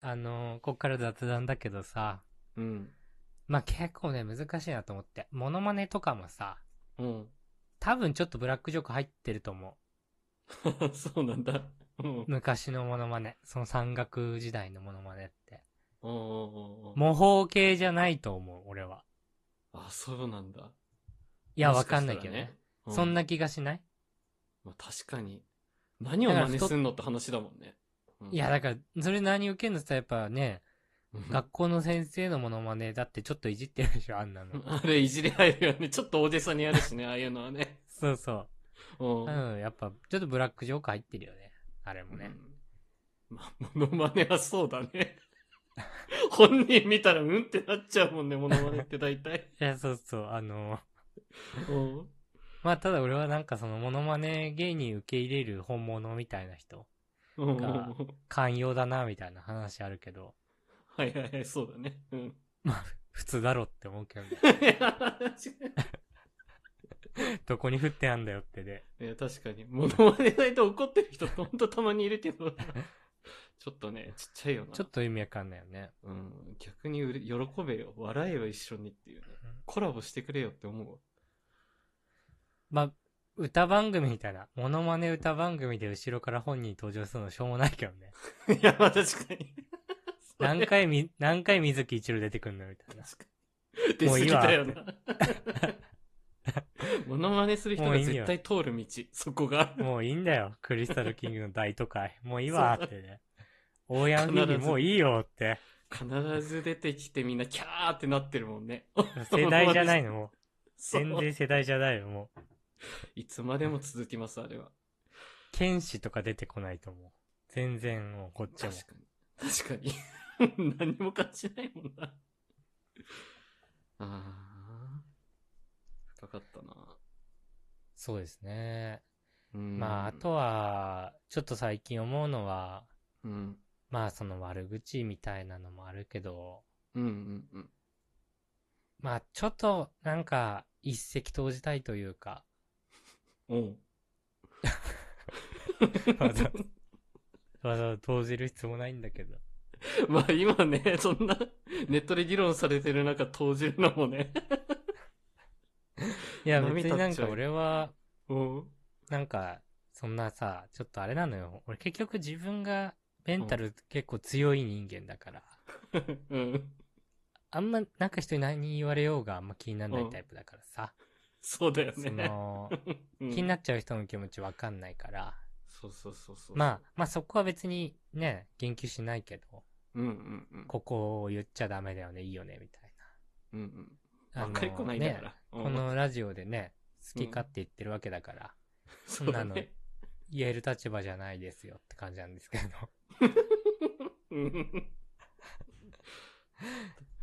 あの、こっから雑談だけどさ、うん。まあ、結構ね、難しいなと思って。モノマネとかもさ、うん。多分ちょっとブラックジョーク入ってると思 そうなんだ。うん。うんう。昔のモノマネ。その山岳時代のモノマネって。うんうんうん。模倣系じゃないと思う、俺は。あ、そうなんだ。いや、もわしかしんたならいけどね。。うそんな。気がしない、まあ確かに。何を真似すんのって話だもんね。うんいや、だから、それ何受けんのって言ったらやっぱね、うん。学校の先生のモノマネだってちょっといじってるでしょ、あんなの あれいじり入るよね。ちょっと大げさにやるしね、ああいうのはね。そうそうう。ん。うん、やっぱ、ちょっとブラックジョーク入ってるよね。あれもね。うんまあ、モノマネはそうだね。 本人見たらうんってなっちゃうもんね、モノマネって大体。いや、そうそう、あのうん。まあただ俺はなんかそのモノマネ芸人受け入れる本物みたいな人うん。か寛容だなみたいな話あるけどはいはいはい、そうだね。うん。 普通だろって思うけどねいや確かどこに振ってあんだよってでにいや、確かに。モノマネないと怒ってる人ほんとたまにいるけ ど。ちょっとね、ちっちゃいよな。ちょっと意味わかんないよねうん。逆にうれ喜べよ。笑えよ、一緒にっていうね。コラボしてくれよって思うわ。まあ歌番組みたいなモノマネ歌番組で後ろから本人登場するのしょうも ないけどねいや、まあ確かに。何回み何回水木一郎出てくんのみたいな確かに。出もう過いぎいわたよな。 モノマネする人もがういいよ絶対通る道、そこが。もういいんだよクリスタルキングの大都会もういいわーってね大山ビビもういいよって必ず出てきてみんなキャーってなってるもんね。世代じゃないのもうそう全然世代じゃないよもう いつまでも続きます、あれは。剣士とか出てこないと思う。全然もうこっちも確。かに。確かに。何も感じないもんな。ああ。深かったな。そうですね。うんまあ、あと。は、ちょっと最近思うのは、うん。まあ、その悪口みたいなのもあるけど、うんうんうん。まあ、ちょっと、なんか、一石投じたいというか、おう。わざわざわざわざ投じる必要もないんだけど。 まあ今ね、そんなネットで議論されてる中投じるのもね。いや、波別になん立かっちゃう俺は、うん。なんか、そんなさ、ちょっとあれなのよ。俺結局自分がメンタル結構強い人間だから、うん。あんま、なんか人に何言われようがあんま気にならなういんタイプだからさ。そうだよそね。の、うん気になっちゃう人の気持ちわかんないから、そうそうそうそう。まあ、まあそこは別にね、言及しないけど、うんうんうん。ここを言っちゃダメだよね、いいよね、みたいうんうん。な。わかりっこないんだかね、ら。うんこ、のラジオでね、好き勝手言ってるわけだから、そんうなだのね。言える立場じゃないですよって感じなんですけど、 うん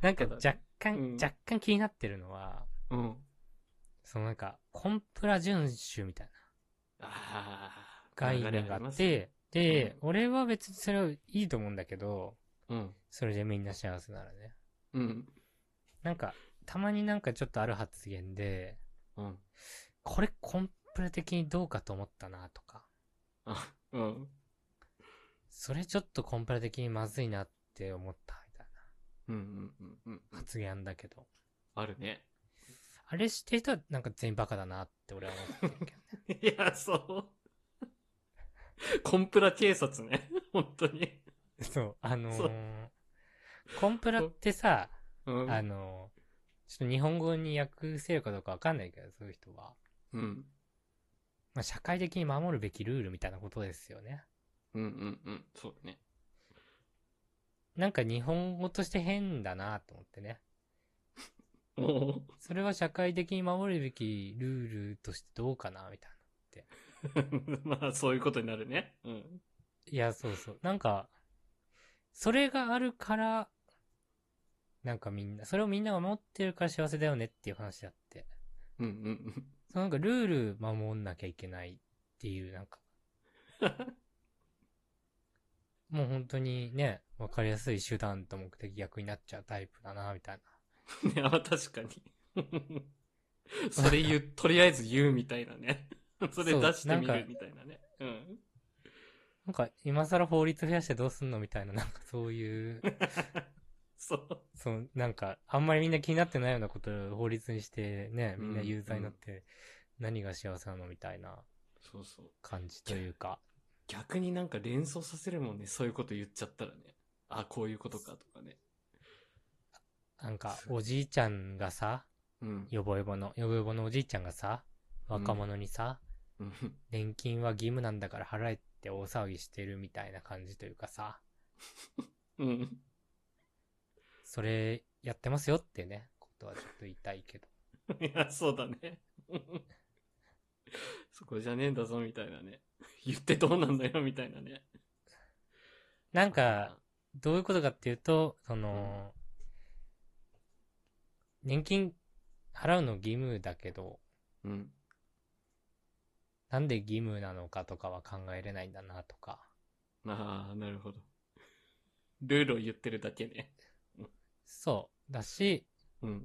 なんかただ若干、うん若干気になってるのは、うん。そのなんか、コンプラ遵守みたいなああ。概念があって、で、俺は別にそれはいいと思うんだけど、流れありますね。それでみんな幸せならね。うん。うん。なんか、たまになんかちょっとある発言で、うん。これコンプラ的にどうかと思ったなとか、あ、うん。それちょっとコンプラ的にまずいなって思ったみたいうんうんうんうん。な発言だけど、あるね。あれしてる人はなんか全員バカだなって俺は思ってるけどね。 いや、そう。コンプラ警察ね。 本当に。そう、あのー そうコンプラってさ、うん。あのーちょっと日本語に訳せるかどうかわかんないけど、そういう人は。うん。まあ、社会的に守るべきルールみたいなことですよね。うんうんうん。そうだね。なんか日本語として変だなと思ってね。おーそれは社会的に守るべきルールとしてどうかなみたいな。 まあ、そういうことになるね。うん。いや、そうそう。なんか、それがあるから、なんかみんな、それをみんなが守ってるから幸せだよねっていう話だって。うんうんそのなんかルール守んなきゃいけないっていう、なんか、うん。もう本当にね、わかりやすい手段と目的逆になっちゃうタイプだなみたい いや、確かに。それ 言う、 とりあえず言うみたいなね。それ出してみるみたいなね。うん。なんか今更法律増やしてどうすんのみたいな、なんかそういう、そう。そう、なんかあんまりみんな気になってないようなことを法律にしてね、みんな有罪になって何が幸せなのみたいなそうそう。感じというか。逆になんか連想させるもんね。そういうこと言っちゃったらね。あ、こういうことかとかね。なんか、おじいちゃんがさ、うん。よぼよぼの、よぼよぼのおじいちゃんがさ、うん若者にさ、うん年金は義務なんだから払えって大騒ぎしてるみたいな感じというかさ、うん。それやってますよってね、ことはちょっと言いたいけど。いや、そうだね。 そこじゃねえんだぞ、みたいなね。言ってどうなんだよ、みたいなね。なんか、、どういうことかっていうと、その、年金払うの義務だけど、うん。なんで義務なのかとかは考えれないんだなとか、ああ、なるほど。ルールを言ってるだけね。そう。だし、うん。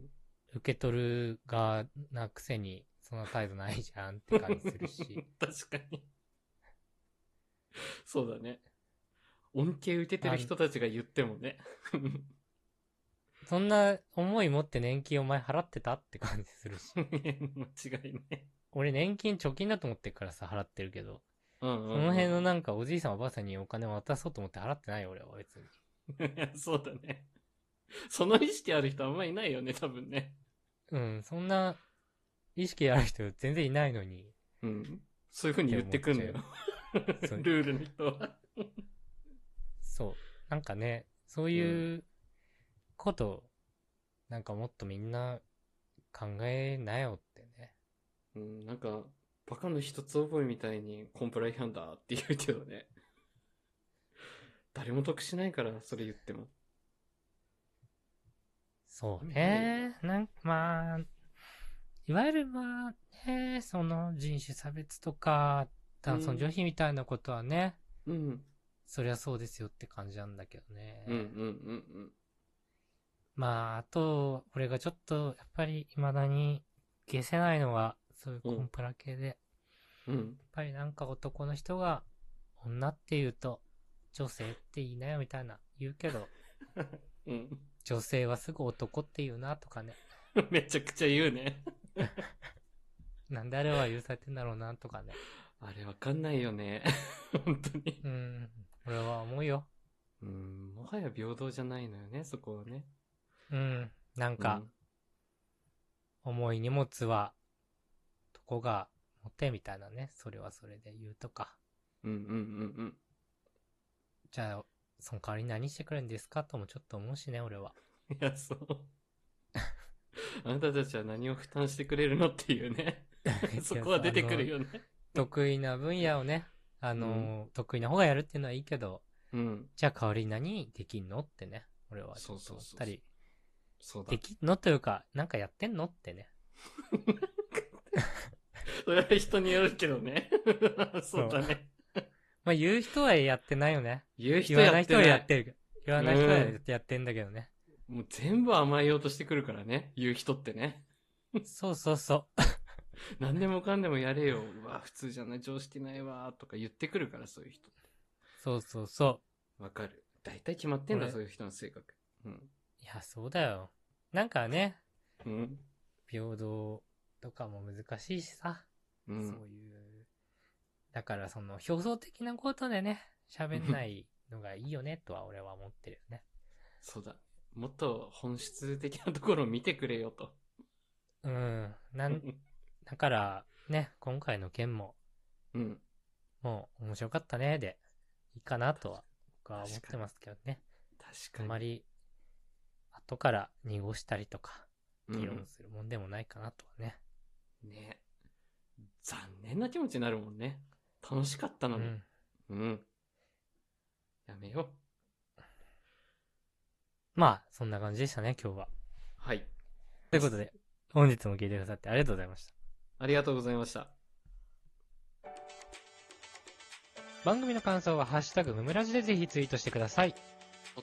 受け取る側なくせに、そんな態度ないじゃんって感じするし。 確かに。そうだね。恩恵受けてる人たちが言ってもね。そんな思い持って年金お前払ってたって感じするし。 間違いね。俺年金貯金だと思ってっからさ、払ってるけど。うんうそんうん、の辺のなんかおじいさんおばあさんにお金渡そうと思って払ってないよ俺は別に。 そうだね。その意識ある人あんまいないよね、多分ね。うん、そんな意識ある人全然いないのに。うん。そういう風に言ってくんのよいや。そうルールの人は。そう。なんかね、そういうこと、なんかもっとみんな考えなよってね。うん、なんか、バカの一つ覚えみたいにコンプライ違反だって言うけどね。誰も得しないから、それ言っても。そうね。なんかまあ、いわゆるまあ、ね、その人種差別とか、男尊女卑みたいなことはね、うん。そりゃそうですよって感じなんだけどね。うんうんうんうん。まあ、あと、俺がちょっと、やっぱり未だに消せないのは、そういうコンプラ系で、やっうん。ぱりなんか男の人が、女って言うと、女性って言いなよみたいな言うけど、うん。女性はすぐ男って言うなとかね、 めちゃくちゃ言うね。なんであれは許されてんだろうなとかね。あれわかんないよね。 本当に。うん、俺は思うよ。うん、もはや平等じゃないのよね、そこはね。うん、なんか、重い荷物は、どこが持てみたいなね、それはそれで言うとか。うん、うんうんうんうん。じゃあ、その代わりに何してくれるんですかともちょっと思うしね、俺は。いや、そう。あなたたちは何を負担してくれるのっていうね。 そこは出て くるよ。よね。あの得意な分野をね、あの、得意な方がやるっていうのはいいけど、うん。じゃあ代わりに何できんのってね、俺はちょっとそうそう思っそうたり。そうだで。きんのというか、なんかやってんのってね。それは人によるけどね。 そうだね。まあ言う人はやってないよね。言う人言わなやいって人はなやっい。てるけど。言わない人はうやんってんだけどね。もう全部甘えようとしてくるからね。言う人ってね。そうそうそう。何でもかんでもやれよ。うわ、普通じゃない、常識ないわ、とか言ってくるから、そういう人。そうそうそわかる。大体決まってんだ、俺そういう人の性格。うん。う。いや、そうだよ。なんかね、うん。平等とかも難しいしさ。う。そうんいう。だからその表層的なことでね、喋んないのがいいよねとは俺は思ってるよね。そうだ。もっと本質的なところを見てくれよと。うん。なん、だからね、今回の件も、うん。もう面白かったねで、いいかなとは、僕は思ってますけどね。あ確かまに。り、後から濁したりとか、議う論んするもんでもないかなとはね。ね残念な気持ちになるもんね。楽しかったうのに。ん。うん。やめよまあ、そんな感じでしたね、今日は。う。はい。ということで、本日も聞いてくださってありがとうございました。ありがとうございました。番組の感想はハッシュタグムムラジでぜひツイートしてください。チお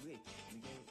いて人間